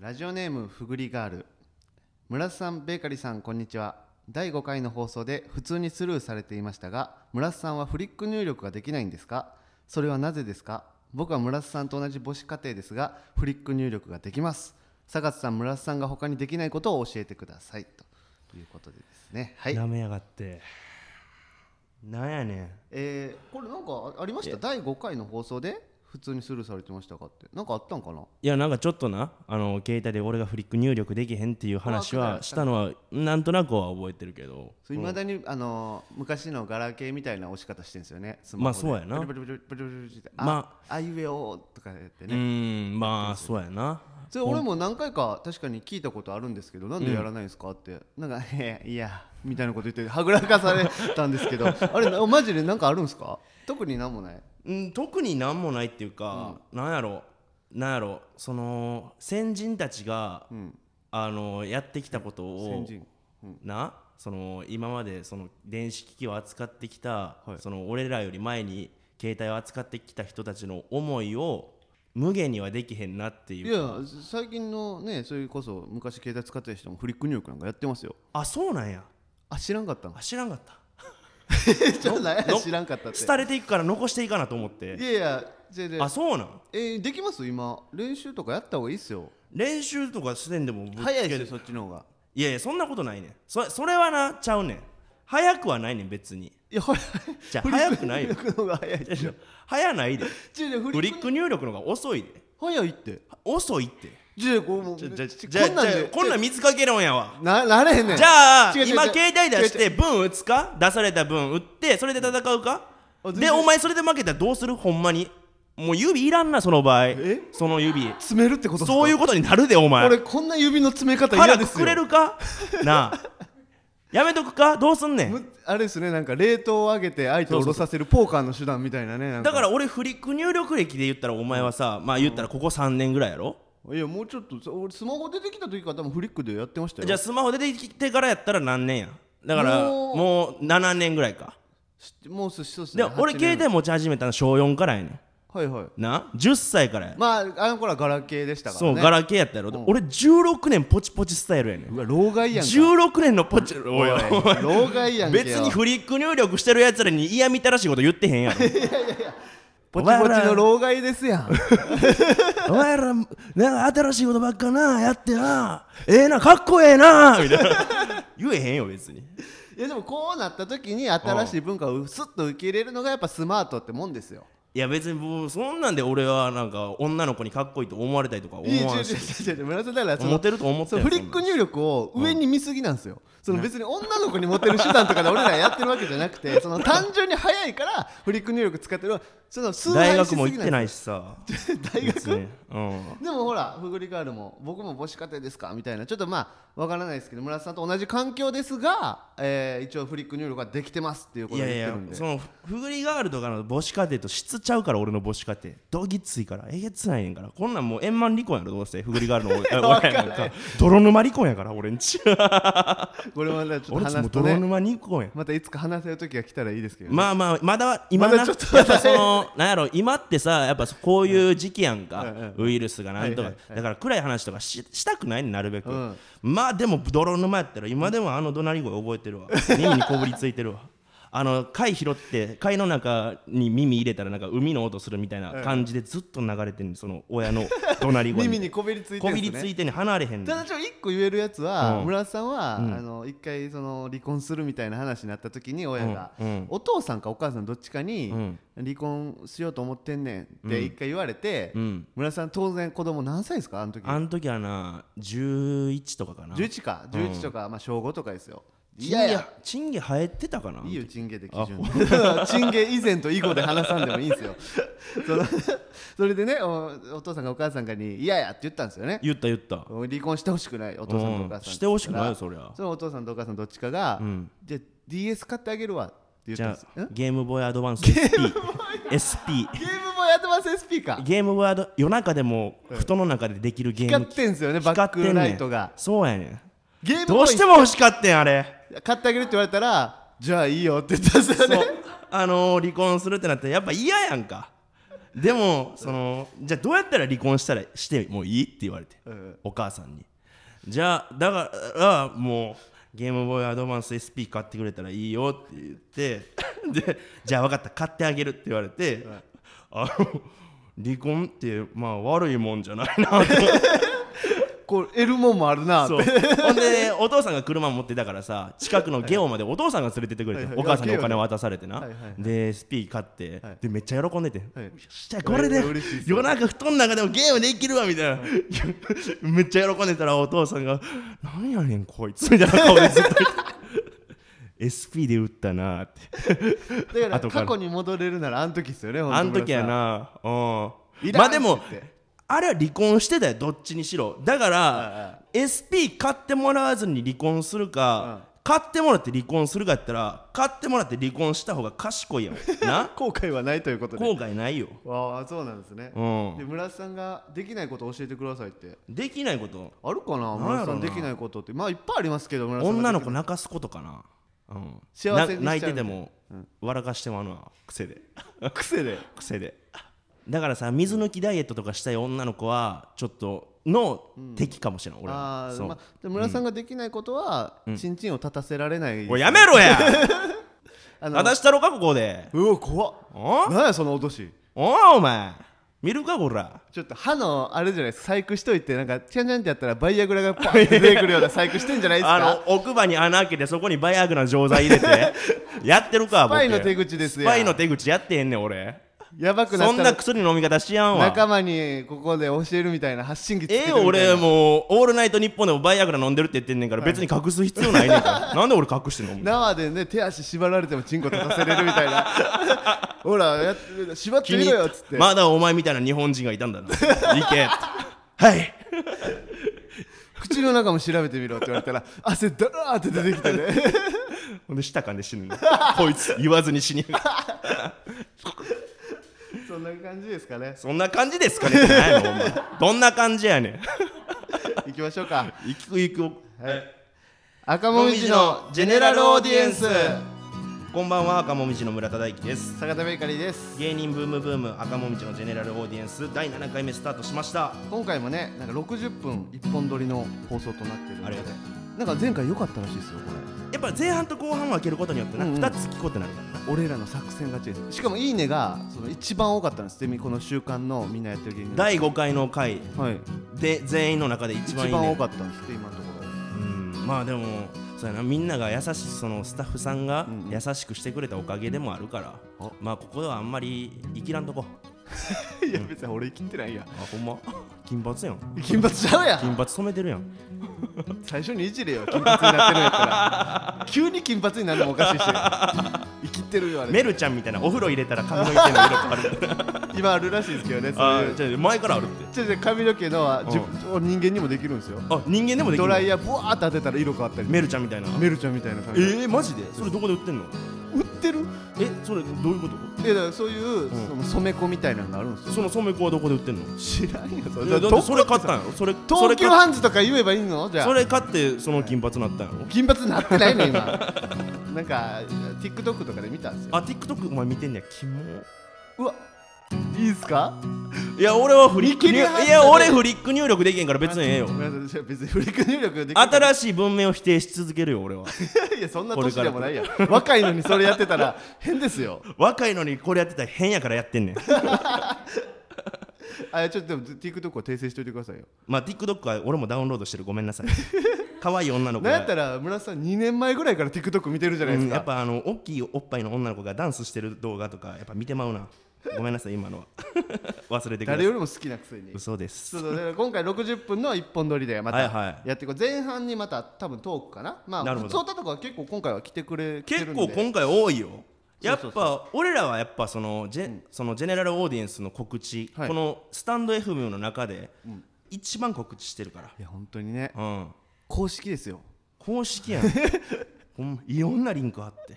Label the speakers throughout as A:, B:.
A: ラジオネームふぐりガール村瀬さんベーカリーさんこんにちは第5回の放送で普通にスルーされていましたが村瀬さんはフリック入力ができないんですかそれはなぜですか僕は村瀬さんと同じ母子家庭ですがフリック入力ができます坂津さん村瀬さんが他にできないことを教えてくださいということでですねはい
B: 舐めやがってなんやねん
A: えーこれなんかあありました第5回の放送で普通にスルーされてましたかってなんかあったんかない
B: やなんかちょっとなあの携帯で俺がフリック入力できへんっていう話
A: 怖くな
B: はしたのはなんとなくは覚えてるけど
A: いまだに、あのー昔のガラケーみたいな押し方してるんですよねスマホ
B: まあそうやな
A: ブリブリブリブリブリブリってあ、
B: ま
A: あいうえおとかやって
B: う
A: ね、
B: ーんまあそうやな
A: それ俺も何回か確かに聞いたことあるんですけどなんでやらないんですかって、なんか「えーいや」みたいなこと言ってはぐらかされたんですけどあれなマジで何かあるんですか特になんもない
B: うん特になんもないっていうか、なんやろなんやろその先人たちが、
A: ん
B: あのやってきたことを
A: 先人
B: なその今までその電子機器を扱ってきた、
A: はい
B: その俺らより前に携帯を扱ってきた人たちの思いを無限にはできへんなっていう
A: いや最近のねそれこそ昔携帯使ってた人もフリック入力なんかやってますよ
B: あそうなんや
A: あ知らんかったの
B: あ知らんかった
A: ちょっと何や
B: の
A: 知らんかったって
B: 廃れていくから残していかなと思って
A: いやいや違う違う
B: あそうなん
A: えーできます今練習とかやった方がいいっすよ
B: 練習とかしてんでもぶっつけ
A: 早いっす
B: て
A: よそっちの方が
B: いやいやそんなことないねんそそれはなちゃうねん早くはないねん別に
A: いや早い
B: じゃあ早く ない
A: フリッ
B: よ
A: ク入力の方が早いっすよ
B: 早ないで
A: 違う違う
B: フ
A: フリ
B: リ
A: ック
B: ック入力の方が遅いで
A: 早いって
B: 遅いって
A: じゃあこうもう
B: じゃじゃ
A: ち
B: じゃ
A: こんなん
B: じゃ
A: で
B: こんなん水かけろんやわ
A: ななれへんねん
B: じゃあ
A: 違う違う違う
B: 今携帯出し
A: 違う違
B: て分打つか出された分打ってそれで戦うか
A: あ全
B: で
A: 然
B: お前それで負けたらどうするほんまにもう指いらんなその場合
A: え
B: その指
A: う詰めるってことっすか
B: そういうことになるでお前
A: 俺こんな指の詰め方嫌
B: 腹
A: で
B: く
A: す
B: く
A: よ
B: れるかなあやめとくかどうすんねん
A: むあれですねなんか冷凍を上げて相手を下ろさせるポーカーの手段みたいなねなん
B: だから俺フリック入力歴で言ったらお前はさまあ言ったらここ3年ぐらいやろ
A: いやもうちょっとそ俺スマホ出てきた時から多分フリックでやってましたよ
B: じゃあスマホ出てきてからやったら何年やだから
A: もう
B: もう7年ぐらいか
A: しもうすそうっす
B: で
A: ね
B: 俺
A: 8
B: 携
A: 年
B: 帯持ち始めたの小4からやね
A: はいはい
B: んな10歳からや
A: まああの頃はガラケーでしたから
B: そ
A: ね
B: うガラケーやったやろで俺16年ポチポチスタイルやねん
A: うわ老害やんか
B: 16年のポチおいおい
A: 老害やんけよ
B: 別にフリック入力してるやつらに嫌みたらしいこと言ってへんやろ
A: ポチポチの老害ですやん
B: お前ら、なんか新しいことばっかな、やってな、ええな、かっこええな、みたいな。言えへんよ、別に。
A: いやでもこうなった時に新しい文化をスッと受け入れるのがやっぱスマートってもんですよ
B: いや、別にもう、そんなんで俺は、なんか、女の子にかっこいいと思われたりとか思
A: いや
B: わ
A: 違
B: ん
A: う
B: し。
A: 違う違う違う村瀬だからそ
B: モ
A: の
B: テると思って
A: そ
B: ん
A: の
B: や
A: フ
B: んそ
A: リ
B: ん
A: ック
B: な
A: 入力を上に見すぎなんですよ、その別に女の子にモテる手段とかで俺らやってるわけじゃなくてその単純に早いからフリック入力使ってるその崇拝
B: 大
A: し
B: 学
A: すぎ
B: も
A: なんで
B: 行ってないしさ。
A: すよ 大学
B: 別にうん。
A: でもほらフグリガールも僕も母子家庭ですかみたいなちょっとまあわからないですけど村田さんと同じ環境ですが、えー一応フリック入力ができてますっていうこ
B: い
A: とを
B: や
A: 言っ
B: い
A: て
B: や
A: るんで
B: そのふぐりガールとかの母子家庭と質ちゃうから俺の母子家庭どぎついからえげつないねんからこんなんもう円満離婚やろどうせふぐりガールのえ
A: わか
B: 親
A: ん
B: や
A: ない
B: んか泥沼離婚やから俺んち
A: これはねちょっと
B: 俺ん ちも
A: 話
B: う
A: すと
B: 泥
A: ね
B: 沼離婚や
A: またいつか話せる時が来たらいいですけど、ね、
B: まあまあまだ今な
A: まだちょっと
B: やっぱそのなんやろ今ってさやっぱこういう時期やん
A: う
B: か
A: んうん
B: ウイルスがなんと
A: は
B: か
A: い
B: だから暗い話とかししたくないねなるべく
A: うん
B: まあでも泥沼やったら今でもあの怒鳴り声覚えてるわ耳にこぶりついてるわ あの貝拾って貝の中に耳入れたらなんか海の音するみたいな感じでずっと流れてんねんその親の怒鳴り声
A: 耳にこびりついて
B: こ
A: るん
B: び
A: で
B: り
A: すね
B: ついてんねん離れへんね
A: た
B: ん
A: だちょっと一個言えるやつは、
B: うん
A: 村田さんは、あの一回その離婚するみたいな話になった時に親が、
B: うんうん
A: お父さんかお母さんどっちかに、
B: うん
A: 離婚しようと思ってんねんって一回言われて、
B: うん
A: 村田さん当然子供何歳ですかあの時
B: あん時はな11とかかな
A: 11か11とか、まあ小5とかですよい
B: い
A: や
B: や
A: い
B: い
A: や
B: やチンゲ生えてたかない
A: いよチンゲで 基準チンゲ以前と以後で話さんでもいいんですよその それでねおお父さんがお母さんかに「いやいや」って言ったんですよね
B: 言った言った
A: 離婚してほしくないお父さんとお母さん、
B: うんしてほしくないよそりゃ
A: そのお父さんとお母さんどっちかが、
B: ん
A: じゃあ DS 買ってあげるわって言っ
B: じ
A: たんで
B: ゃ
A: す
B: あ
A: ん
B: ゲームボーイアドバンス SP
A: ゲームボーイアドバンス SP か
B: SP ゲームボーイアド夜中でも布団の中でできるゲー
A: 光
B: ム
A: ってんすよねバッ
B: んね
A: ク
B: ん
A: ライトが
B: そうやねん
A: ゲームボーイ
B: どうしても欲しかったんあれ
A: 買ってあげるって言われたらじゃあいいよって言ったんですよ
B: そ
A: ね
B: うあのー離婚するってなってやっぱ嫌やんかでもそのじゃあどうやったら離婚したらしてもいいって言われて、
A: ん
B: お母さんにじゃあだからもうゲームボーイアドバンス SP 買ってくれたらいいよって言ってでじゃあ分かった買ってあげるって言われて、あの離婚ってまあ悪いもんじゃないなと思って
A: こう得るもんもあるなって
B: そう ほんでお父さんが車持ってたからさ近くのゲオまでお父さんが連れてってくれて、
A: はいはい
B: お母さんにお金渡されて
A: は
B: な、
A: いはいはい
B: で SP 買って、
A: はい
B: でめっちゃ喜んでて、
A: はい
B: よっしゃこれで
A: これ嬉しいっすね
B: 夜中布団の中でもゲームできるわみたいな、 めっちゃ喜んでたらお父さんが「なんやねんこいつ」みたいな顔でずっと SP で打ったなっ
A: だ
B: て
A: から
B: 後から
A: 過去に戻れるならあの時ですよね
B: あん時や
A: 本
B: なうん
A: いらん
B: まあでも
A: って言って
B: あれは離婚してたよどっちにしろだから、SP 買ってもらわずに離婚するか、買ってもらって離婚するかやったら買ってもらって離婚した方が 賢いやんな
A: 村さん後悔はないということで
B: 後悔ないよ
A: ああそうなんですね、
B: うん
A: で村瀬さんができないこと教えてくださいって
B: できないこと
A: あるかな
B: なんや
A: 村瀬
B: ろな
A: さんできないことってまあいっぱいありますけど村瀬さんが
B: 女の
A: で
B: 子泣かすことかな、うん、
A: 幸せにしちゃう
B: な泣いてても、笑かしてまうのは癖で
A: きない 癖で
B: 癖でだからさ水抜きダイエットとかしたい女の子はちょっとの敵かもしれん、俺
A: あ
B: は
A: あ
B: そう、
A: まあで村瀬さんができないことは、チンチンを立たせられない
B: おいやめろや
A: あの
B: あたしたろかここで
A: うわ怖っ
B: お
A: 何やその脅し
B: おお前見るかこら
A: ちょっと歯のあれじゃないですか細工しといてなんかチャンチャンってやったらバイアグラがパーンって出てくるような細工してんじゃないです
B: あ
A: か
B: の奥歯に穴開けてそこにバイアグラの錠剤入れて やってるか
A: スパイ
B: ボケ
A: の手口ですやん
B: スパイの手口やってへんねん俺
A: やばくな
B: そ
A: っ
B: ん
A: た
B: な
A: ら
B: 薬の飲み方しやんわ
A: 仲間にここで教えるみたいな発信機つけ
B: え
A: て
B: え
A: るみたいな
B: 俺もう「オールナイトニッポン」でもバイアグラ飲んでるって言ってんねんから別に隠す必要ないねんか らなんで俺隠してんのお前
A: 縄でね手足縛られてもチンコ立たせれるみたい なほらやっ縛ってみろよっつって、
B: まだお前みたいな日本人がいたんだ な行けはい
A: 口の中も調べてみろって言われたら汗だらーって出てきてね
B: ほんで舌噛んで死ぬのこいつ言わずに死に
A: そんな感じですかね
B: そんな感じですかねってないのお前どんな感じやねん
A: 行きましょうか
B: 行く行く、
A: 赤もみじのジェネラルオーディエンス
B: こんばんは赤もみじの村田大樹です
A: 坂田ベーカリーです
B: 芸人ブームブーム赤もみじのジェネラルオーディエンス第7回目スタートしました
A: 今回もねなんか60分一本撮りの放送となってるので
B: ありがたい
A: なんか前回良かったらしいですよこ
B: やっぱ前半と後半を分けることによってな、
A: うんうん
B: 2つ聞こうってなるからな
A: れ俺らの作戦勝ちですしかも「いいねが」その一番多かったんですってこの週刊のみんなやってる芸人の
B: 第5回の回
A: はい
B: で全員の中で一
A: 一
B: 番いい、ね、
A: 番多かったんですって今のところ
B: うんまあでもそうやなみんなが優しいそのスタッフさんが
A: うんうん
B: 優しくしてくれたおかげでもあるから、
A: あ
B: まあここではあんまり生きらんとこ
A: いや別に俺生きてないや
B: あほ んま金髪やん
A: 金髪ちゃうや
B: 金
A: ん
B: 髪染めてるやん
A: 最初にいじれよ金髪になってるんやったら 急に金髪になるのもおかしいし生 きてるよあれ
B: メルちゃんみたいなお風呂入れたら髪の毛の色変わる
A: 今あるらしいですけどねそう
B: あ
A: いう
B: じゃあ前からあるって
A: ちょっと髪の毛のは、じゅ人間にもできるんですよ
B: あ人間でもでき
A: ド
B: る
A: ライヤーブワーって当てたら色変わったり
B: メルちゃんみたいな
A: メルちゃんみたいな感
B: え
A: じ
B: ー、マジでそれどこで売ってんの
A: 売ってる
B: えそれどういうこと
A: いやだからそういう、
B: ん
A: その染め子みたいなのがあるんですよ
B: その染め子はどこで売ってんの
A: 知らんよそ
B: いやだってそれ買ったん
A: ん
B: やろそれそれ
A: 東急
B: 買っ
A: ハンズとか言えばいいのじゃあ
B: それ買ってその金髪なったんやろ
A: 金髪になってないの今 なんか TikTok とかで見たんですよ
B: あ TikTok お前見てんねやキモ
A: うわいいっすか
B: いや俺はフリック
A: 見切り
B: 入
A: 発車
B: いや俺フリック入力できへんから別にええよ
A: ごめんなさい別にフリック入力できない
B: 新しい文明を否定し続けるよ俺は
A: いやそんな年でもないやん若いのにそれやってたら変ですよ
B: 若いのにこれやってたら変やからやってんねん
A: あちょっとでも TikTok を訂正しておいてくださいよ
B: まあ TikTok は俺もダウンロードしてるごめん なさい可愛い女の子
A: なんやっ
B: が
A: たら村瀬さん2年前ぐらいから TikTok 見てるじゃないで
B: う
A: す
B: ん
A: か、
B: やっぱあの大きいおっぱいの女の子がダンスしてる動画とかやっぱ見てまうなごめんなさい今のは 忘れてくださ
A: 誰
B: い
A: よりも好きなくせに
B: 嘘です
A: そうそうだから今回60分の一本撮りでまた
B: はいはい
A: やっていこう前半にまた多分トークかなま
B: な
A: あ
B: る
A: 普
B: ほ
A: 通
B: ど
A: 歌とかは結構今回は来てくれて
B: 結
A: るんで
B: 構今回多いよやっ
A: そう
B: ぱ俺らはやっぱそのジェ,、そのジェネラルオーディエンスの告知、
A: はい
B: このスタンド FM の中で一番告知してるから
A: いや本当にね
B: うん
A: 公式ですよ
B: 公 式やんほんまいろんなリンク貼って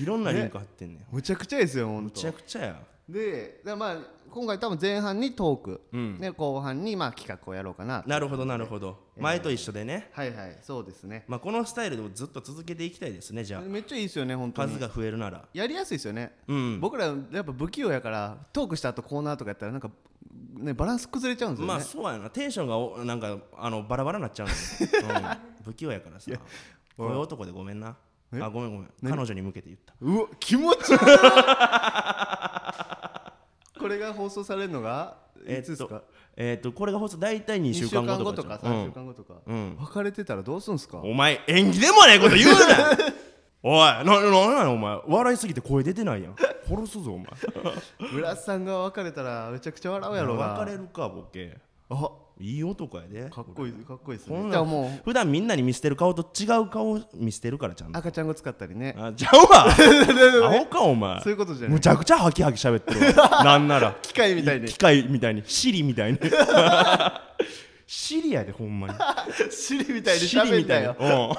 B: いろんなリンク貼ってんねん
A: むちゃくちゃですよ本
B: むち
A: 当
B: ゃくちゃや
A: でだからまあ今回多分前半にトーク、
B: うん
A: で後半にまあ企画をやろうかな
B: なるほどなるほど前と一緒でね、
A: はいはいそうですね
B: まあ、このスタイルでもずっと続けていきたいですねじゃあ
A: めっちゃいいですよね本当
B: 数
A: に
B: が増えるなら
A: やりやすいですよね、
B: うん
A: 僕らやっぱ不器用やからトークした後コーナーとかやったらなんかねバランス崩れちゃうんですよね、
B: まあそうやなテンションがおなんかあのバラバラになっちゃうのよ、うん、不器用やからさこういう男でごめんなあごめんごめん彼女に向けて言った
A: うわ気持ち悪い これが放送されるのがいつですか、
B: えーっとこれが放送大体2
A: 2
B: 週
A: 週
B: 間
A: 間
B: 後
A: 後
B: と
A: と
B: か
A: か
B: じゃん
A: 3週間後とか、
B: うん
A: 別れてたらどうすんすか
B: うんお前演技でもないこと言うなおいなななんやお前笑いすぎて声出てないやん殺すぞお前
A: 村瀬さんが別れたらめちゃくちゃ笑うやろうな
B: 別れるかボケ
A: あ
B: いい男やで
A: かっこいいかっこいいです
B: こ
A: ね
B: ん
A: だ
B: な
A: から
B: ん
A: もう
B: 普段みんなに見せてる顔と違う顔を見せてるからちゃんと
A: 赤ちゃん語使ったりね
B: あちゃうわアホかお前
A: そういうことじゃない
B: むちゃくちゃハキハキ喋ってるわ なんなら
A: 機械みたいに
B: 機械みたいにシリみたいにシリやでほん まに
A: シリみたいに
B: シリ
A: 喋
B: み
A: んだ
B: たいな
A: よ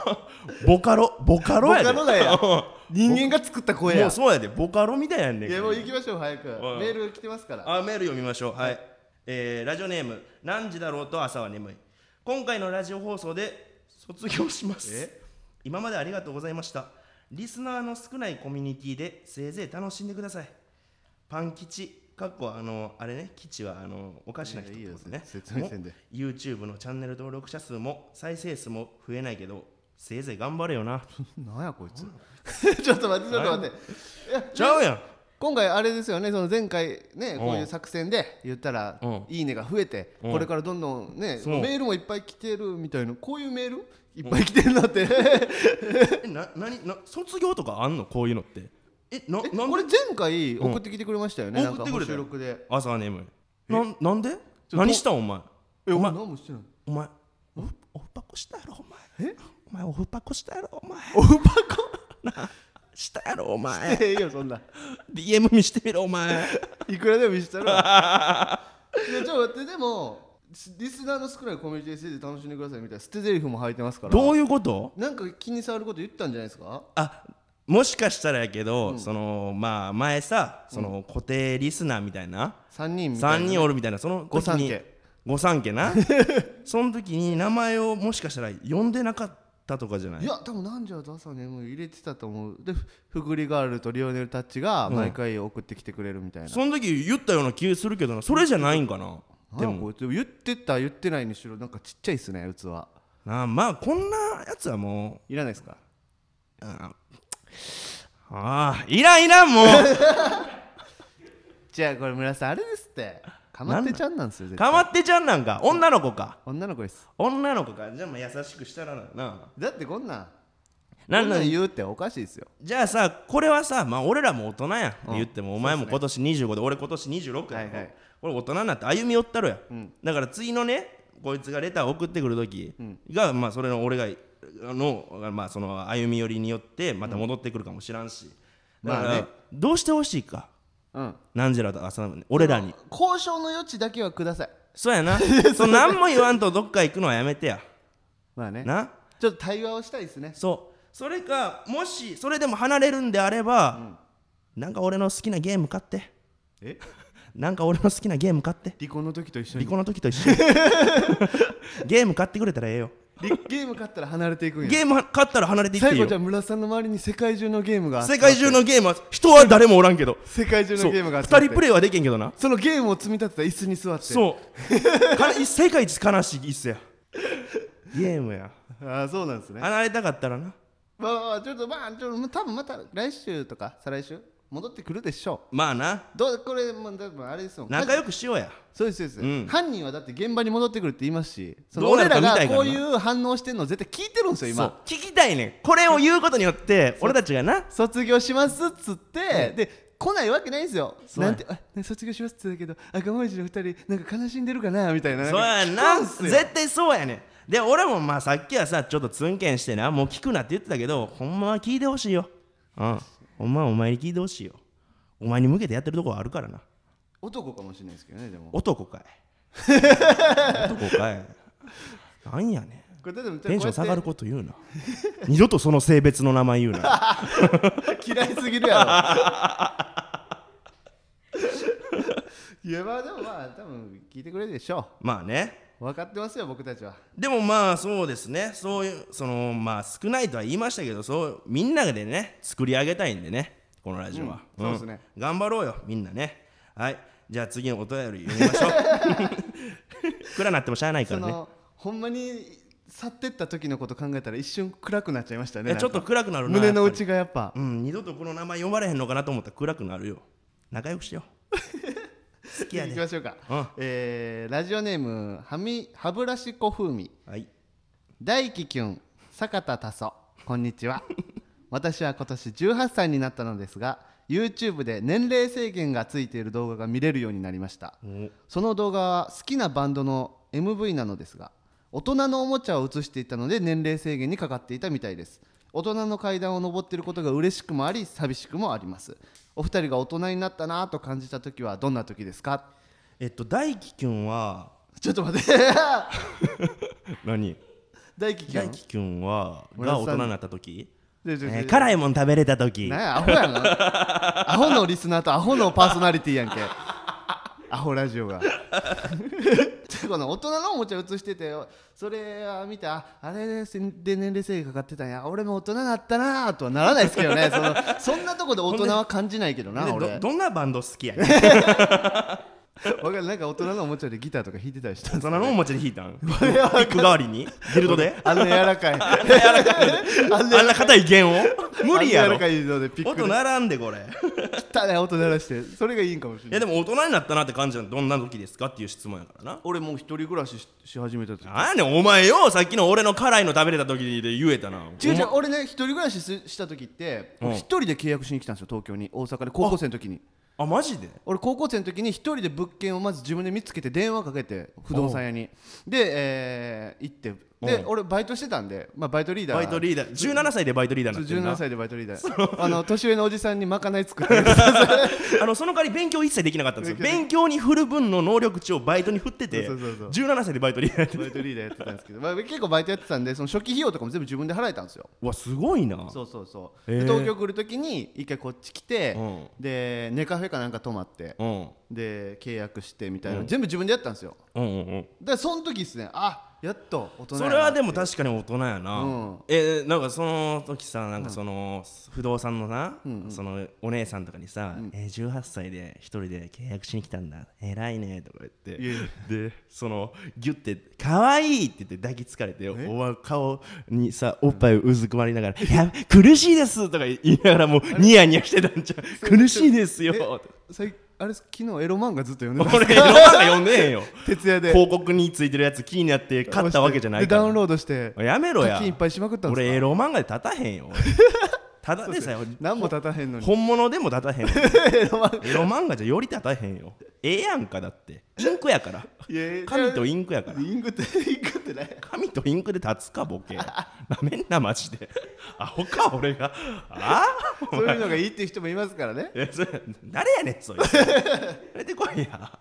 B: うんボカロボカロやで
A: ボカロだよ
B: う
A: 人間が作った
B: ん
A: 声
B: も
A: や
B: うそうやでボカロみたいやんねん
A: いやもう行きましょう早くメ
B: ん
A: ール来てますから
B: あメール読みましょうはい、えーラジオネーム「何時だろうと朝は眠い」今回のラジオ放送で卒業します今までありがとうございましたリスナーの少ないコミュニティでせいぜい楽しんでくださいパン吉かっこあのあれね吉はあのおかしな人ってこと
A: いやいい
B: ね
A: よ説説明せんで
B: も YouTube のチャンネル登録者数も再生数も増えないけどせいぜい頑張れよな
A: なんやこいつ ちょっと待ってちょっと待っていや
B: ちゃうやん
A: 今回あれですよねその前回ね
B: ん
A: こういう作戦で言ったら
B: うん
A: 「いいね」が増えて
B: うん
A: これからどんどんね
B: そう
A: メールもいっぱい来てるみたいなこういうメールいっぱい来てるなって
B: えな何な卒業とかあんのこういうのってえな
A: え
B: なんで
A: これ前回送ってきてくれましたよねなん
B: 送
A: か
B: ってくれ
A: 収
B: たよ
A: 録で
B: 朝は眠いなんなんで
A: ちょ
B: 何したんお前
A: え
B: お
A: お前
B: 前
A: 何もしてない
B: お前おふおふぱこしたやろお前
A: え
B: お前おふぱこしたやろお前
A: お ばこ
B: したやろお前
A: ええよそんな
B: DM 見してみろお前
A: いくらでも見せたらいやちょっと待ってでもリスナーの少ないコミュニティで楽しんでくださいみたいな捨て台詞も入ってますから
B: どういうこと
A: なんか気に障ること言ったんじゃないですか
B: あもしかしたらやけど、そのまあ前さその固定リスナーみたいな、
A: 3人みたい
B: 三
A: な
B: 人おるみたいなその
A: 御三家
B: 時に御三家 なその時に名前をもしかしたら呼んでなかったとかじゃない
A: いや多分なんじゃと朝眠い入れてたと思うでふふぐりガールとリオネルたちが毎回送ってきてくれるみたいな、
B: その時言ったような気するけどなそれじゃないんかな
A: でもこいつ言ってた言ってないにしろなんかちっちゃいっすね器
B: なあまあこんなやつはも
A: いらないですか
B: うあーあーいらんいらんもう
A: じゃあこれ村さんあれですってかまってちゃんなんですよ絶対
B: かまってちゃんなんか女の子か
A: 女の子です
B: 女の子かじゃあまあ優しくしたらなな
A: だってこんなん
B: な
A: こ
B: ん
A: ん
B: な
A: なんん言うっておかしいですよ
B: じゃあさこれはさまあ俺らも大人や、ん、
A: ん
B: 言ってもお前も今年25で俺今年26や、
A: はいはい
B: 俺大人になって歩み寄ったろや、だから次のねこいつがレター送ってくる時が、まあそれの俺がのまあその歩み寄りによってまた戻ってくるかもしらんし、だから、
A: まあね
B: どうしてほしいか
A: うん
B: なんじゃらと朝の俺らに
A: 交渉の余地だけはください
B: そうや なそう何も言わんとどっか行くのはやめてや
A: まあね
B: な
A: ちょっと対話をしたいですね
B: そうそれかもしそれでも離れるんであれば、なんか俺の好きなゲーム買って
A: え
B: なんか俺の好きなゲーム買って
A: 離婚の時と一緒
B: 離
A: に
B: 婚の時と 一緒にゲーム買ってくれたらええよ
A: 離ゲーム勝ったら離れていくんや
B: ゲームは買ったら離れていってい
A: 最
B: い
A: 後
B: よ
A: じゃあ村さんの周りに世界中のゲームが集ま
B: 世
A: って
B: 界中のゲームは人は誰もおらんけど
A: 世界中
B: そ
A: の
B: う
A: ゲームが
B: 2
A: 集まって
B: 人プレイはできんけどな
A: そのゲームを積み立てた椅子に座って
B: そうか世界一悲しい一世やゲームや
A: ああそうなんですね
B: 離れたかったらな
A: まあまあまあちょっとまあちょっと多分また来週とか再来週戻ってくるでしょ
B: まあな
A: うどうこれもうだってあれですもん
B: 仲良くしようや
A: そうですそうです、
B: うん
A: 犯人はだって現場に戻ってくるって言いますしその
B: どう
A: 俺
B: なるから見た
A: が
B: いか
A: こ
B: らな
A: ういう反応してるの絶対聞いてるんですよ
B: そう
A: 今
B: 聞きたいねんこれを言うことによ って俺たちがな
A: 卒業しますっつって、で来ないわけないんですよ
B: そうや
A: なんてあね卒業しますっつったけど赤文字の二人なんか悲しんでるかなみたいな
B: そうやん
A: 聞
B: な
A: くすよ
B: 絶対そうやねんで俺もまあさっきはさちょっとツンケンしてなもう聞くなって言ってたけどほんまは聞いてほしいようんほんまはお前に聞いてほしいよお前に向けてやってるとこあるからな
A: 男かもしれないですけどねでもこ
B: 男かい男かいなんやね
A: れでも
B: んテンション下が
A: る
B: ること言うな二度とその性別の名前言うな
A: 嫌いすぎるやろ いやまあでもまあ多分聞いてくれるでしょ
B: まあね
A: う分かってますよ僕たちは
B: でもまあそうですねそういうそのまあ少ないとは言いましたけどそうみんなでね作り上げたいんでねこのラジオは、
A: うんそうですね
B: ん頑張ろうよみんなねはいじゃあ次のお便り読みましょう 暗なってもしゃあないか
A: そ
B: らね
A: のほんまに去ってった時のこと考えたら一瞬暗くなっちゃいました
B: い
A: ね
B: やちょっと
A: なんか
B: 暗くなるな
A: 胸の
B: やっぱ
A: 内がやっぱ
B: りうん二度とこの名前呼ばれへんのかなと思ったら暗くなるよ仲良くしよ う好きや
A: いき
B: ね
A: ましょうか、
B: うん
A: えーラジオネームはみ歯ブラシ小風味
B: はい
A: 大輝きゅん坂田多祖こんにち は私は今年18歳になったのですが YouTube で年齢制限がついている動画が見れるようになりました
B: お
A: その動画は好きなバンドの MV なのですが大人のおもちゃを映していたので年齢制限にかかっていたみたいです大人の階段を上っていることが嬉しくもあり寂しくもありますお二人が大人になったなぁと感じた時はどんな時ですか
B: えっと大輝くんは
A: ちょっと待って
B: 何
A: 大輝きゅ
B: 大
A: ん
B: 輝くんは
A: 村
B: が
A: 田
B: 大
A: さ
B: 人
A: ん
B: になった時
A: ちょちょちょ
B: えー辛いもん食べれた時
A: なんやアホやな アホのリスナーとアホのパーソナリティやんけアホラジ オがこの大人のおもちゃ映しててそれは見てああれで年齢制限かかってたんや俺も大人だったなとはならないですけどねそのそんなとこで大人は感じないけどな
B: で
A: 俺
B: どどんなバンド好 きやねん
A: わかるなんか大人のおもちゃでギターとか弾いてたりしたんです
B: 大人
A: よ
B: のおもちゃで弾いたんピック代わりにビルドで
A: あんな柔らかい
B: あんな硬い弦を無理や
A: あんな柔
B: ろ
A: らかいのでピック
B: 音
A: で
B: 並んでこれ い
A: 汚い音鳴らしてそれがいいんかもしれな
B: や
A: い
B: でも大人になったなって感じはどんな時ですかっていう質問やからな
A: 俺もう一人暮らししし始めた時
B: なんやねんお前よさっきの俺の辛いの食べれた時で言えたな
A: 違う違う俺ね一人暮らしすした時って
B: うん
A: 俺一人で契約しに来たんですよ東京に大阪で高校生の時に
B: あマジで
A: 俺高校生の時に一人で物件をまず自分で見つけて電話かけて不動産屋にで、えー行ってで
B: うん
A: 俺バイトしてたんで、まあ、バイトリーダー
B: バイトリーダー17歳でバイトリーダーになってるな
A: 17歳でバイトリーダーあの年上のおじさんにまかない作って
B: あのその代わり勉強一切できなかったんですよ勉強に振る分の能力値をバイトに振ってて
A: そうそうそうそう
B: 17歳でバイトリーダーやってる
A: バイトリーダーやってたんですけど、まあ、結構バイトやってたんでその初期費用とかも全部自分で払えたんですよ
B: うわすごいな
A: そうそうそう、
B: へー
A: で東京来る時に一回こっち来て、
B: うん
A: でネカフェかなんか泊まって、
B: うん
A: で契約してみたいな、
B: うん
A: 全部自分でやったんですよ
B: うんうんうん
A: でその時ですねあやっと大人やな
B: それはでも確かに大人やな、
A: うん
B: えーなんかその時さなんかその不動産のな、そのお姉さんとかにさ、えー18歳で一人で契約しに来たんだ偉いねとか言って
A: いやい
B: でそのギュって可愛いって言って抱きつかれておわ顔にさおっぱいをうずくまりながら「いや苦しいです」とか言いながらもうニヤニヤしてたんじゃう苦しいですよ
A: えさいあれ昨日エロ漫画ずっと読んでたん
B: 俺
A: で
B: 世
A: す
B: の
A: か
B: 中読んでへんよ
A: 徹夜で
B: 広告についてるやつ気になって買ったわけじゃない
A: で
B: から
A: ダウンロードして
B: やめろや
A: 課金いっぱいしまくったんです
B: 俺
A: か
B: エロ漫画で立たへんよただでさえ
A: 何も立たへんのに
B: 本物でも立た へんエロ漫画じゃより立たへんよええやんかだってインクやから
A: いやいや
B: 紙とインクやから
A: インクってインクって ね
B: 紙とインクで立つかボケなめんなマジでアホか俺がああ
A: そういうのがいいっていう人もいますからね
B: いやそれ誰やねん そいつ出てこいや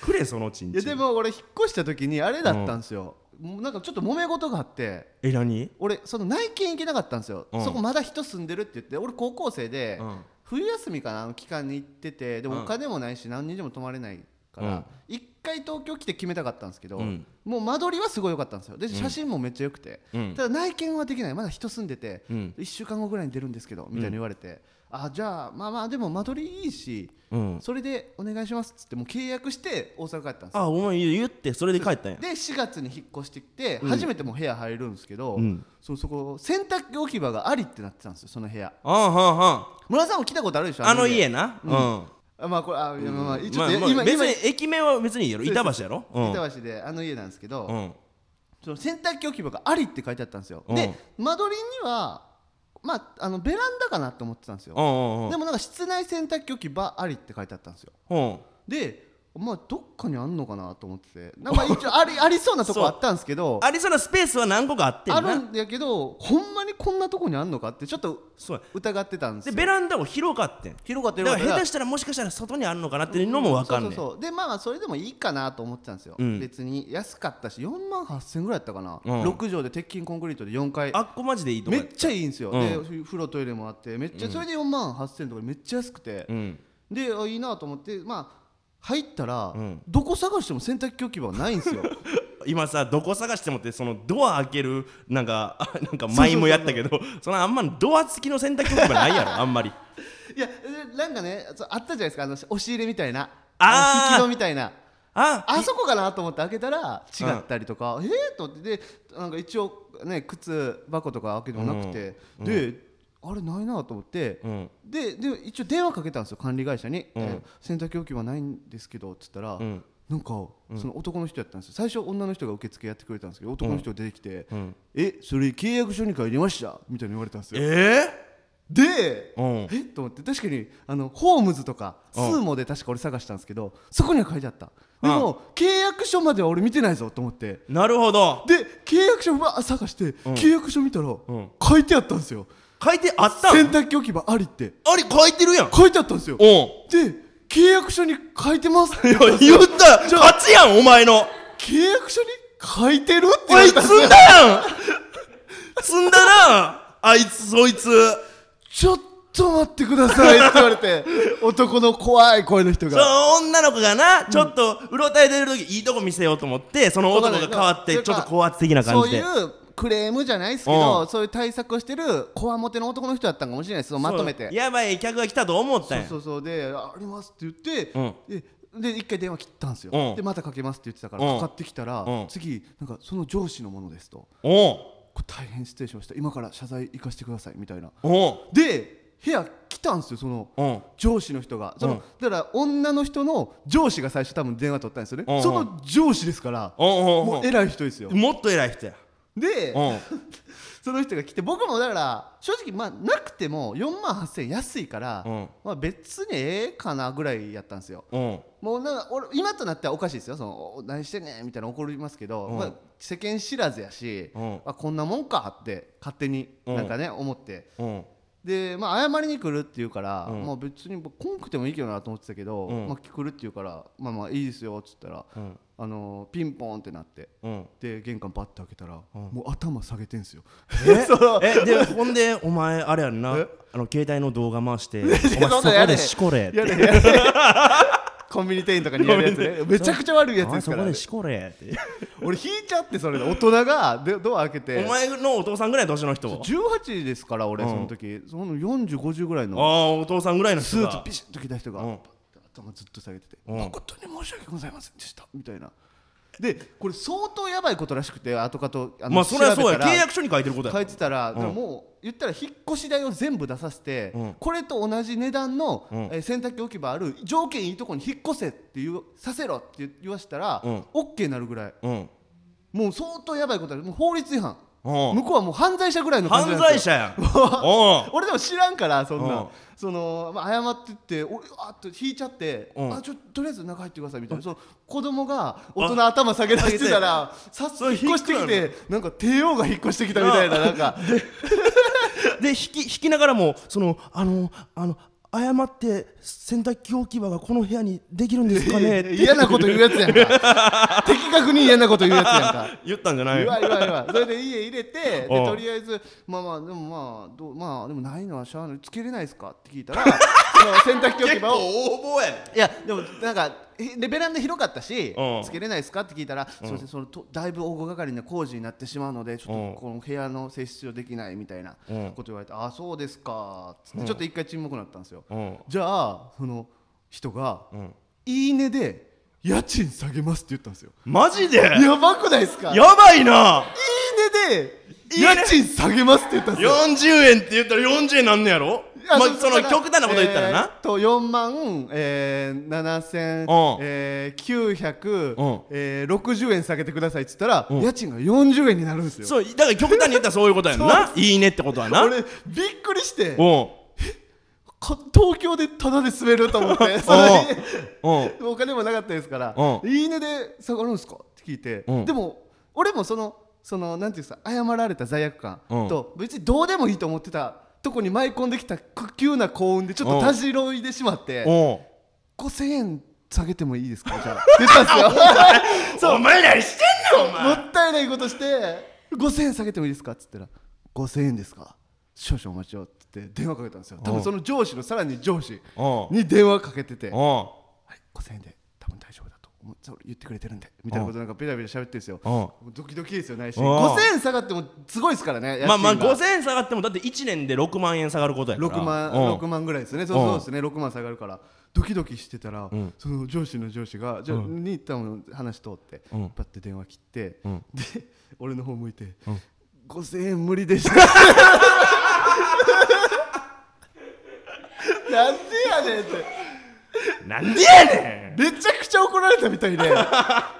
B: くれそのちん
A: い
B: ち
A: や
B: ん
A: でも俺引っ越した時にあれだったんですよ、もうなんかちょっと揉め事があって
B: え何
A: 俺その内見行けなかったんですよ、
B: うん
A: そこまだ人住んでるって言って俺高校生で、
B: うん
A: 冬休みかなあの期間に行っててで
B: うん
A: もお金もないし何人でも泊まれないから、一回東京来て決めたかったんですけど、
B: うん
A: もう間取りはすごい良かったんですよで写真もめっちゃ良くて、
B: うん
A: ただ内見はできないまだ人住んでて、
B: うん
A: 1週間後ぐらいに出るんですけどみたいに言われて、あじゃあまあまあでも間取りいいし、
B: うん
A: それでお願いしますっつってもう契約して大阪帰ったんですよ
B: あお前言ってそれで帰ったんや
A: で4月に引っ越してきて初めてもう部屋入るんですけど、
B: うん
A: そうそこ洗濯機置き場がありってなってたんですよその部屋
B: ああはんはん
A: 村さんも来たことあるでしょ
B: あの家なうん、
A: あまあこれあ、いやまあまあちょっと、
B: まあまあ
A: 今
B: 別
A: 今
B: に駅名は別にいいやろ
A: そうそう
B: 板橋やろうん
A: 板橋であの家なんですけど、
B: うん
A: その洗濯機置き場がありって書いてあったんですよ、
B: うん
A: で間取りにはまああのベランダかなと思ってたんですよ、
B: うんうん
A: でもなんか室内洗濯機置き場ありって書いてあったんですよ
B: うん
A: でまあどっかにあんのかなと思っててなんか一応あ りありそうなとこあったんですけど
B: ありそうなスペースは何個かあってん
A: あ
B: な
A: るんやけどほんまにこんなとこにあんのかってちょっと
B: そうや
A: 疑ってたんです
B: で
A: よ
B: ベランダも広かってんだ
A: 広かったよ
B: から下手したらもしかしたら外にあるのかなっていうのも分かんねん
A: そうそうそうでまあまあそれでもいいかなと思ってたんですよ、
B: うん
A: 別に安かったし4万8000ぐらいやったかな、
B: うん
A: 6畳で鉄筋コンクリートで4階
B: あっこマジでいいとこ
A: め
B: や
A: っちゃいいんですよ、
B: うん
A: でふ風呂トイレもあってめっちゃ、それで4万8000とかでめっちゃ安くて
B: う、ん
A: であいいなと思ってまあ入ったら、
B: うん
A: どこ探しても洗濯機置き場はないん ですよ
B: 今さどこ探してもってそのドア開けるなんか あなんかマイムやったけどそのあんまドア付きの洗濯機とかないやろあ んまり
A: いやえなんかねそうあったじゃないですかあの押し入れみたいなの
B: あー
A: 引き戸みたいな
B: あ
A: あそこかなと思って開けたら違ったりとか、ええー、と思ってでなんか一応ね靴箱とか開けてもなくて、であれないなと思って、
B: うん
A: でで一応電話かけたんですよ管理会社に、
B: うん
A: えー洗濯機置き場ないんですけど」っつったら、
B: ん
A: なんかその男の人やったんですよ最初女の人が受付やってくれたんですけど男の人が出てきて「
B: ん
A: えそれ契約書に書いてました?」みたいに言われたんですよ。
B: え
A: で、
B: うん
A: えっと思って確かにあのホームズとかス
B: うん
A: ーモで確か俺探したんですけどそこには書いてあったでも、契約書までは俺見てないぞと思って
B: なるほど
A: で契約書ば探して、契約書見たら、
B: ん
A: 書いてあったんですよ
B: 書いてあった
A: 洗
B: ん
A: 濯機置き場ありって
B: あれ書いてる やん
A: 書いてあったんですよ
B: お
A: で
B: ん
A: 契約書に書いて ますって
B: 言った勝ちやんお前の
A: 契約書に書いてるって言
B: お
A: わ
B: い
A: れたんです
B: 積
A: よ
B: んだやん積んだなあいつそいつ
A: ちょっと待ってくださいって言われ て男の怖い声の人
B: そ
A: が
B: の女の子がなちょっとうろたえてる時いいとこ見せようと思ってその男が変わってちょっと高圧的な感じで
A: そういうクレームじゃないですけど、
B: うん
A: そういう対策をしてるこわもての男の人だったんかもしれないですそうまとめて
B: そうやばい客が来たと思ったんや
A: そうそうで「ああります」って言って、でで一回電話切ったんですよ、
B: うん
A: でまたかけますって言ってたから、
B: うん
A: かかってきたら、
B: うん
A: 次なんかその上司のものですと
B: おう
A: これ大変失礼しました今から謝罪行かせてくださいみたいな
B: おう
A: で部屋来たんですよその、
B: うん
A: 上司の人がその、
B: うん
A: だから女の人の上司が最初多分電話取ったんですよね、
B: うんうん
A: その上司ですから、
B: おうおうお
A: もう偉い人ですよ
B: うもっと偉い人や
A: で、
B: おう
A: その人が来て僕もだから正直まあなくても4万8000円安いから、
B: うん
A: まあ、別にええかなぐらいやったんですよ
B: おう
A: もうなんか俺今となってはおかしいですよそのお何してんねんみたいな怒りますけど、
B: うん
A: まあ、世間知らずやし、
B: うん
A: あこんなもんかって勝手に
B: うん
A: なんかね、思って
B: おう
A: で、まあ、謝りに来るって言うから、
B: うん
A: まあ、別に僕来んくてもいいけどなと思ってたけど、
B: うん
A: まあ、来るって言うからまあまあいいですよっつったら、
B: うん
A: あのーピンポンってなって
B: うん
A: で玄関バッて開けたら、
B: うん
A: もう頭下げてんすよ。
B: ええでほんでお前あれやんな
A: え
B: あの携帯の動画回 してお前
A: そんな
B: そこ
A: やれへ
B: で
A: ん
B: しこれって
A: やれやれコンビニ店員とかにやるやつねめちゃくちゃ悪いやつで
B: お前
A: す
B: そ
A: か
B: こ
A: ら、ね
B: で、しこれって
A: 俺引いちゃってそれで大人がでドア開けて
B: お前のお父さんぐらいの年の人あ
A: 18ですから俺
B: うん
A: その時、その4050ぐらい
B: あ
A: の
B: ーお父さんぐらいの
A: ス
B: 人
A: ーツ
B: が
A: ピシッと着た人が、
B: うん
A: 頭ずっと下げてて、
B: うん
A: 誠に申し訳ございませんでしたみたいなでこれ相当やばいことらしくて後々あの
B: まあそれはそう
A: 調べ
B: や
A: たら
B: 契約書に書いてることや
A: 書いてたら、
B: うん
A: でももう言ったら引っ越し代を全部出させて、
B: うん
A: これと同じ値段の、
B: うん
A: えー洗濯機置き場ある条件いいとこに引っ越せっていうさせろって言わしたら、
B: うん
A: オッ OK になるぐらい
B: うん
A: もう相当やばいことあるもう法律違反、
B: うん
A: 向こうはもう犯罪者ぐらいの感じ
B: 犯
A: なんですよ
B: 罪者やんおう
A: 俺でも知らんからそんな、
B: うん
A: その、まあ、謝ってって俺あっと引いちゃって、
B: うん
A: あちょとりあえず中入ってくださいみたいな、その子供が大人頭下げられてたら早
B: そ
A: 速
B: れ
A: 引っ越してき
B: 引
A: てなんか帝王が引っ越してきたみたいななんか
B: で引き引きながらもそのあのあの誤って洗濯機置き場がこの部屋にできるんですかねって
A: 嫌なこと言うやつやんか 的確に嫌なこと言うやつやんか
B: 言ったんじゃない
A: 言わ言わ言わそれで家入れてで
B: うん
A: とりあえずまあまあでもまあどうまあでもないのはしゃあないつけれないですかって聞いたら その洗濯機置き場を
B: 応募やね
A: いやでもなんかひでベランダ広かったし
B: うん
A: つけれないですかって聞いたら、すみませんそのとだいぶ大掛かりな工事になってしまうのでちょ
B: う
A: っ
B: ん
A: とこの部屋の性質上できないみたいな
B: うん
A: こと言われて、ああそうですかっつって、ちょっと一回沈黙になったんですよ、
B: うん
A: じゃあその人が、
B: ん
A: いいねで家賃下げますって言ったんですよ
B: マジでや
A: やばくないですかいいね
B: ばいな
A: で家賃下げますって言ったんですよ
B: 40円って言ったら40円なんねやろまあその極端なこと言ったらな、
A: えー、と4万、えー、7000、
B: うん
A: えー、
B: うん
A: 960、えー、60円下げてくださいっつったら、
B: ん
A: 家賃が40円になるんですよ
B: そうだから極端に言ったらそういうことやんないいねってことはな
A: 俺びっくりして
B: うん
A: こ東京でタダで住めると 思ってそれに
B: うん
A: お金もなかったですから「
B: うん
A: いいね」で下がるんですかって聞いて、
B: うん
A: でも俺もそのそのなんていうんですか謝られた罪悪感
B: うん
A: と、別にどうでもいいと思ってたとこに舞い込んできた急な幸運でちょっとたじろいでしまって、
B: うん
A: 5000円下げてもいいですかじゃあって言ったんですよ
B: そう お前何してんのお
A: もったいないことして5000円下げてもいいですかっつったら5000円ですか少々お待ちをっつって電話かけたんですよ多分その上司のさらに上司
B: うん
A: に電話かけてて「はい
B: うん
A: 5000円で分大丈夫だと思うそれ言ってくれてるんでみたいなことなんかペラペラ喋ってるんですよ
B: うん
A: ドキドキですよないし
B: うん
A: 5000円下がってもすごいですからね
B: まあまあ
A: 家賃が
B: 5000円下がってもだって1年で6万円下がることやから
A: 6万
B: うん
A: 6万ぐらいですねそうそうですね6万下がるからドキドキしてたら、
B: ん
A: その上司の上司がじゃあ、に多分話通って、
B: うん
A: パッて電話切って、
B: ん
A: で俺の方向いて、5000円無理 でしたなんでやねんって
B: なんでやね
A: めちゃくちゃ怒られたみたい で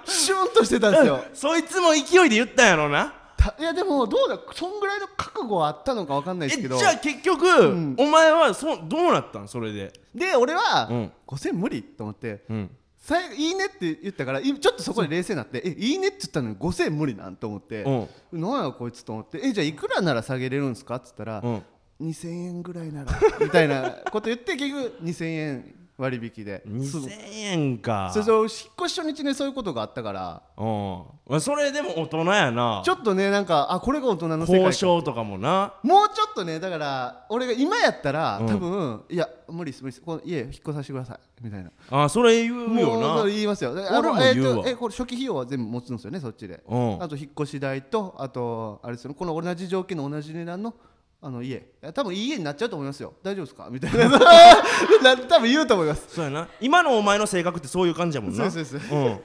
A: シュンとしてたんですよ
B: んそいつも勢いで言ったんやろうな
A: たいやでもどうだそんぐらいの覚悟はあったのかわかんない
B: え
A: ですけど
B: じゃあ結局、
A: ん
B: お前はそどうなったんそれで
A: で俺は、
B: うん
A: 5000無理と思って、
B: うん
A: さいいいねって言ったからいちょっとそこで冷静になってえいいねって言ったのに5000無理なんと思ってなんやこいつと思ってえじゃあいくらなら下げれるんですかって言ったら、
B: うん
A: 2000円ぐらいならみたいなこと言って結局2000円割引で
B: 2000円か
A: そうそう引っ越し初日にそういうことがあったから
B: うんそれでも大人やな
A: ちょっとねなんかあこれが大人の世界
B: 交
A: か
B: 渉とかもな
A: もうちょっとねだから俺が今やったら、
B: うん
A: 多分いや無理です無理ですこの家引っ越させてくださいみたいな
B: あそれ言うよ
A: もう
B: な
A: それ言いますよ。あの
B: 俺も言うわ
A: えーとえこれ初期費用は全部持つんですよね、そっちで。
B: うん
A: あと引っ越し代と、あとあれですよね、この同じ条件の同じ値段の。あの家いや多分いい家になっちゃうと思いますよ大丈夫ですかみたいな な多分言うと思います
B: そうやな今のお前の性格ってそういう感じやもんな
A: そうそうそ
B: うん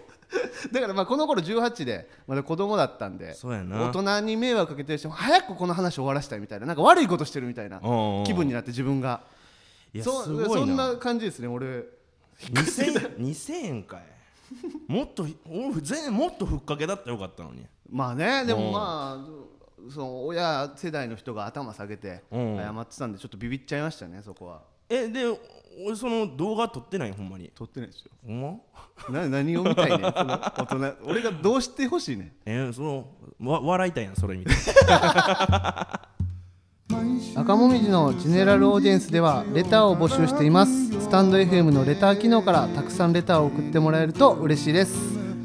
A: だからまあこの頃18でまだ子供だったんで
B: そうやな
A: 大人に迷惑かけてる人も早くこの話終わらせたいみたいななんか悪いことしてるみたいな
B: うんうん
A: 気分になって自分が
B: いや
A: そ
B: すご
A: そ
B: い
A: ん
B: な
A: な感じですね俺
B: 2000 2000円かいもっと俺全然もっとふっかけだったらよかったのに
A: まあねで
B: う
A: も
B: ん
A: まあその親世代の人が頭下げて
B: うん
A: 謝ってたんでちょっとビビっちゃいましたねそこは
B: えで俺その動画撮ってないほんまに
A: 撮ってないですよ
B: ほんま
A: な何を見たいねんその大人俺がどうしてほしいねん
B: えー、そのわ笑いたいやんそれ見て
A: 赤もみじのジェネラルオーディエンスではレターを募集していますスタンド FM のレター機能からたくさんレターを送ってもらえると嬉しいです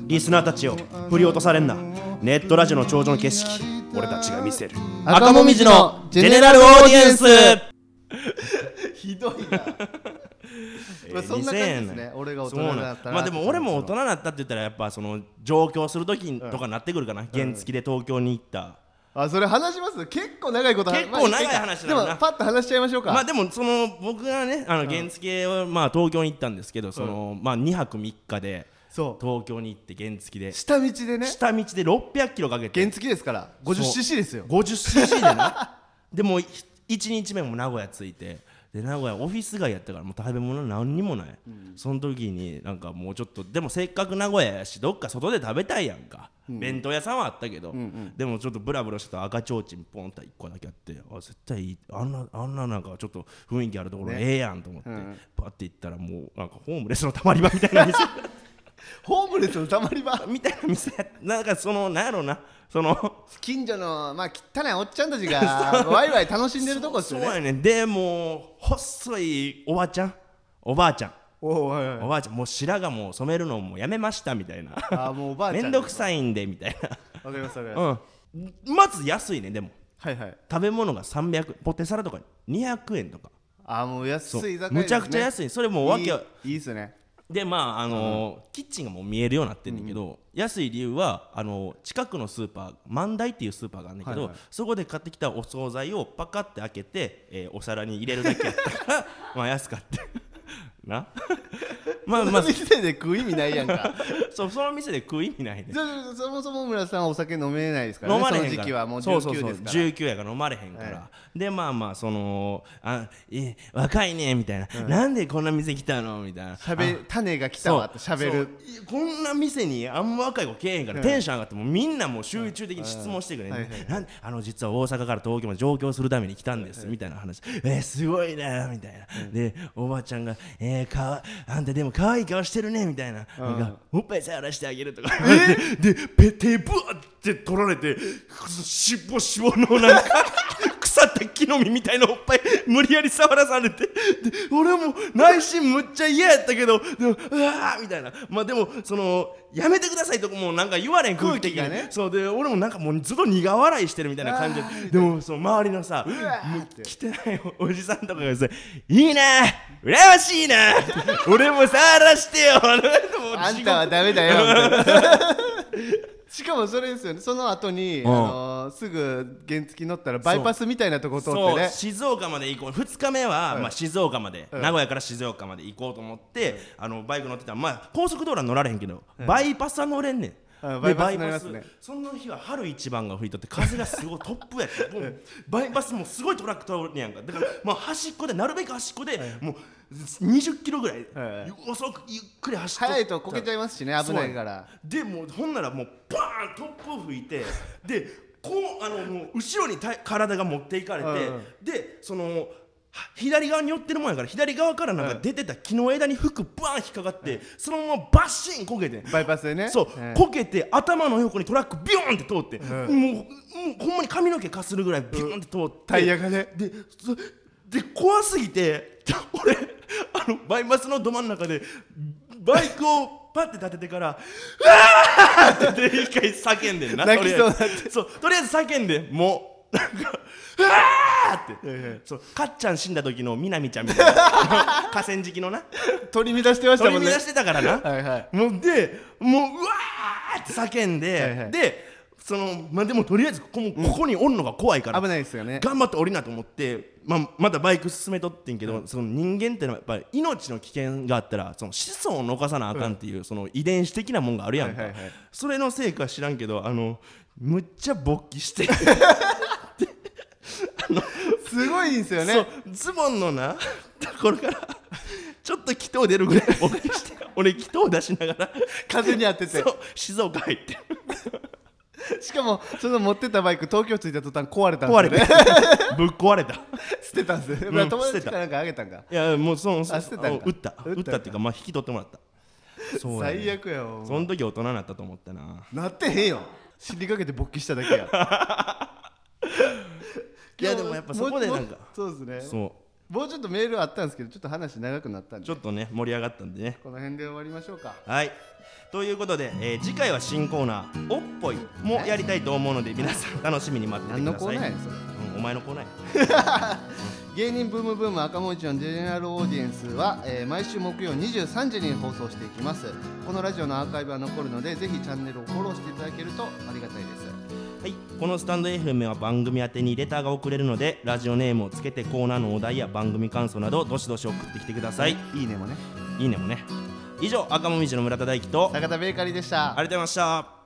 B: リスナーたちを振り落とされんなネットラジオの頂上の景色俺たちが見せる
A: 赤もみじのジェネラルオーディエンスひどいなまあそんな感じですね俺が大人
B: そう
A: だ
B: な
A: ったら
B: まあでも俺も大人だったって言ったらやっぱその上京する時とかになってくるかな、原付で東京に行った、
A: あそれ話します結構長いこと
B: 結構長い話だな
A: まあでもパッと話しちゃいましょうか、
B: まあでもその僕がねあの原付はまあ東京に行ったんですけどその、まあ2泊3日で
A: そう
B: 東京に行って原付で
A: 下道でね
B: 下道で600キロかけて
A: 原付ですから 50cc ですよ
B: 50cc でな でも1日目も名古屋着いてで名古屋オフィス街やったからもう食べ物何にもない、その時になんかもうちょっとでもせっかく名古屋やしどっか外で食べたいやんか、弁当屋さんはあったけど、でもちょっとブラブラしてた赤ちょうちんポンと1個だけあってあ絶対いいあんなあんななんかちょっと雰囲気あるところええやんと思って、パッて行ったらもうなんかホームレスのたまり場みたいな店
A: ホームレスのたまり場
B: みたいな店やなんかそのなんやろうなその
A: 近所のまあ汚いおっちゃんたちがワイワイ楽しんでるとこですよ
B: そう
A: ね
B: やねんでもう細いおばちゃんおばあちゃん
A: おおはいは
B: おばあちゃんもう白髪もう染めるのもうやめましたみたいな
A: あーもうおばあちゃん
B: めんどくさいんでみたい
A: いわかりますわかります、
B: な、うん、まず安いねでも
A: はいはい
B: 食べ物が300ポテサラとか200円とか
A: あーもう安
B: そう
A: い居酒屋です、ね、
B: むちゃくちゃ安いそれもうわけはい
A: いいいっすね
B: でまああのーキッチンがもう見えるようになってんだけど、安い理由はあのー近くのスーパー万代っていうスーパーがあるんだけど、
A: はいはい
B: そこで買ってきたお惣菜をパカって開けて、えーお皿に入れるだけやったから まあ安かったな まあまあ
A: 店で食う意味ないやんか
B: そうその店で食う意味ないね
A: そそそもそも村さんはお酒飲めないですから、ね、
B: 飲まれへんか
A: その
B: ら
A: 時期はもう
B: そうそう
A: 19
B: そう
A: ですから
B: 19やから飲まれへんから、でまあまあそのあえ若いねみたいな、なんでこんな店来たのみたいな
A: しゃべ種が来たわってしゃべる
B: そうこんな店にあんま若い子来えへんから、テンション上がってもうみんなもう集中的に質問してくれ、
A: はい
B: ねなんあの実は大阪から東京まで上京するために来たんです、みたいな話、えーすごいなみたいな、でおばあちゃんが、えー、かわあんたでも可愛い顔してるねみたいな,、なんかおっぱい触らしてあげるとか、 でペテブワって取られて尻尾しぼのなんかく腐った木の実みたいなおっぱい無理やり触らされてで俺も内心むっちゃ嫌やったけどでもうわーみたいなまあでもそのやめてくださいとかもうなんか言われん空気的に
A: 空気がね
B: そうで俺もなんかもうずっと苦笑いしてるみたいな感じででもその周りのさ
A: わー
B: もう
A: って
B: 来てないおじさんとかがさ「いいな羨ま しいな俺も触らしてよ」もう
A: あんたはダメだよみたい なしかもそれですよねその後に、
B: ん
A: あのーすぐ原付乗ったらバイパスみたいなとこ通って
B: そう
A: ね
B: 静岡まで行こう2日目は、
A: うん
B: まあ、静岡まで、
A: うん
B: 名古屋から静岡まで行こうと思って、あのバイク乗ってたら、まあ、高速道路は乗られへんけど、バイパスは乗れんねん。
A: うん
B: で
A: バイパス乗りますね
B: バイパスその日は春一番が吹いとって風がすごいトップ やってもうバイパスもすごいトラック通るねやんかだからまあ端っこでなるべく端っこでもう20キロぐらい
A: は
B: 遅くゆっくり走っと
A: 速いとこけちゃいますしね危ないから
B: でもうほんならもうバーントップを吹い てでこうあのもう後ろに体体が持っていかれて、
A: うんうん
B: でそのは左側に寄ってるもんやから左側からなんか出てた木の枝に服バーン引っかかって、そのままバシーンこけて、
A: バイパスでね
B: そう、
A: ええ
B: こけて頭の横にトラックビョーンって通って、もうもうほんまに髪の毛かするぐらいビョーンって通って、
A: タイヤがね
B: でそで怖すぎて 俺あのバイパスのど真ん中でバイクをパッて立ててから「うわー!」って一回叫んでん な
A: 泣きそうにな
B: とりあえずそうとりあえず叫んでもうなんか「うわー!」って、そうかっちゃん死んだ時のみなみちゃんみたい な河川敷のな
A: 取り乱してました
B: 取
A: も
B: り
A: んね
B: 乱してたからな
A: はいはい
B: もうでもううわーって叫んで
A: はいはい
B: でそのまあでもとりあえずここここにおんのが怖いから、
A: 危ないですよね
B: 頑張って降りなと思って、まあ、まだバイク進めとってんけど、その人間ってのはやっぱり命の危険があったらその子孫を残さなあかんっていう、その遺伝子的なもんがあるやんか、
A: はいはいはい
B: それのせいか知らんけどあのむっちゃ勃起して、
A: すごいんですよ
B: そう
A: ね
B: ズボンのなところからちょっと気筒出るぐらい勃起して俺気筒出しなが ら
A: 風に当て
B: そ
A: て
B: う静岡 入って
A: しかもその持ってたバイク東京着いた途端壊れたん
B: 壊れ
A: ですよ
B: た
A: ね
B: ぶっ壊れた
A: 捨てたんですよ、
B: ん
A: まあ友
B: 捨
A: 達
B: てた
A: からなんかあげたんか
B: いやもうそうそう
A: あ捨てたんだ
B: 打った
A: 打った
B: 打ったっていうかまあ引き取ってもらったそうやね
A: 最悪やわ
B: その時大人になったと思ったな。
A: なってへんよ死にかけて勃起しただけや
B: いやでもやっぱそこでなんか
A: もうそうですね
B: そ
A: もうちょっとメールあったんですけどちょっと話長くなったん
B: う、
A: で
B: ちょっとね、盛り上がったんでね。
A: この辺で終わりましょうか
B: はい。ということで、えー次回は新コーナー、おっぽいもやりたいと思うので、皆さん楽しみに待ってて
A: 何の
B: くだ
A: コ
B: さ
A: ーナ
B: い。
A: ーやねんそれ
B: うん、お前のコーナーや。
A: 芸人ブームブーム赤もみちのジェネラルオーディエンスは、えー毎週木曜23時に放送していきますこのラジオのアーカイブは残るのでぜひチャンネルをフォローしていただけるとありがたいです
B: はい、このスタンド FM は番組宛てにレターが送れるので、ラジオネームをつけてコーナーのお題や番組感想など、どしどし送ってきてください。
A: いいねもね
B: いいねもね。以上、赤もみじの村田大樹と、あり
A: 坂田ベーカリーでした
B: がとうございました。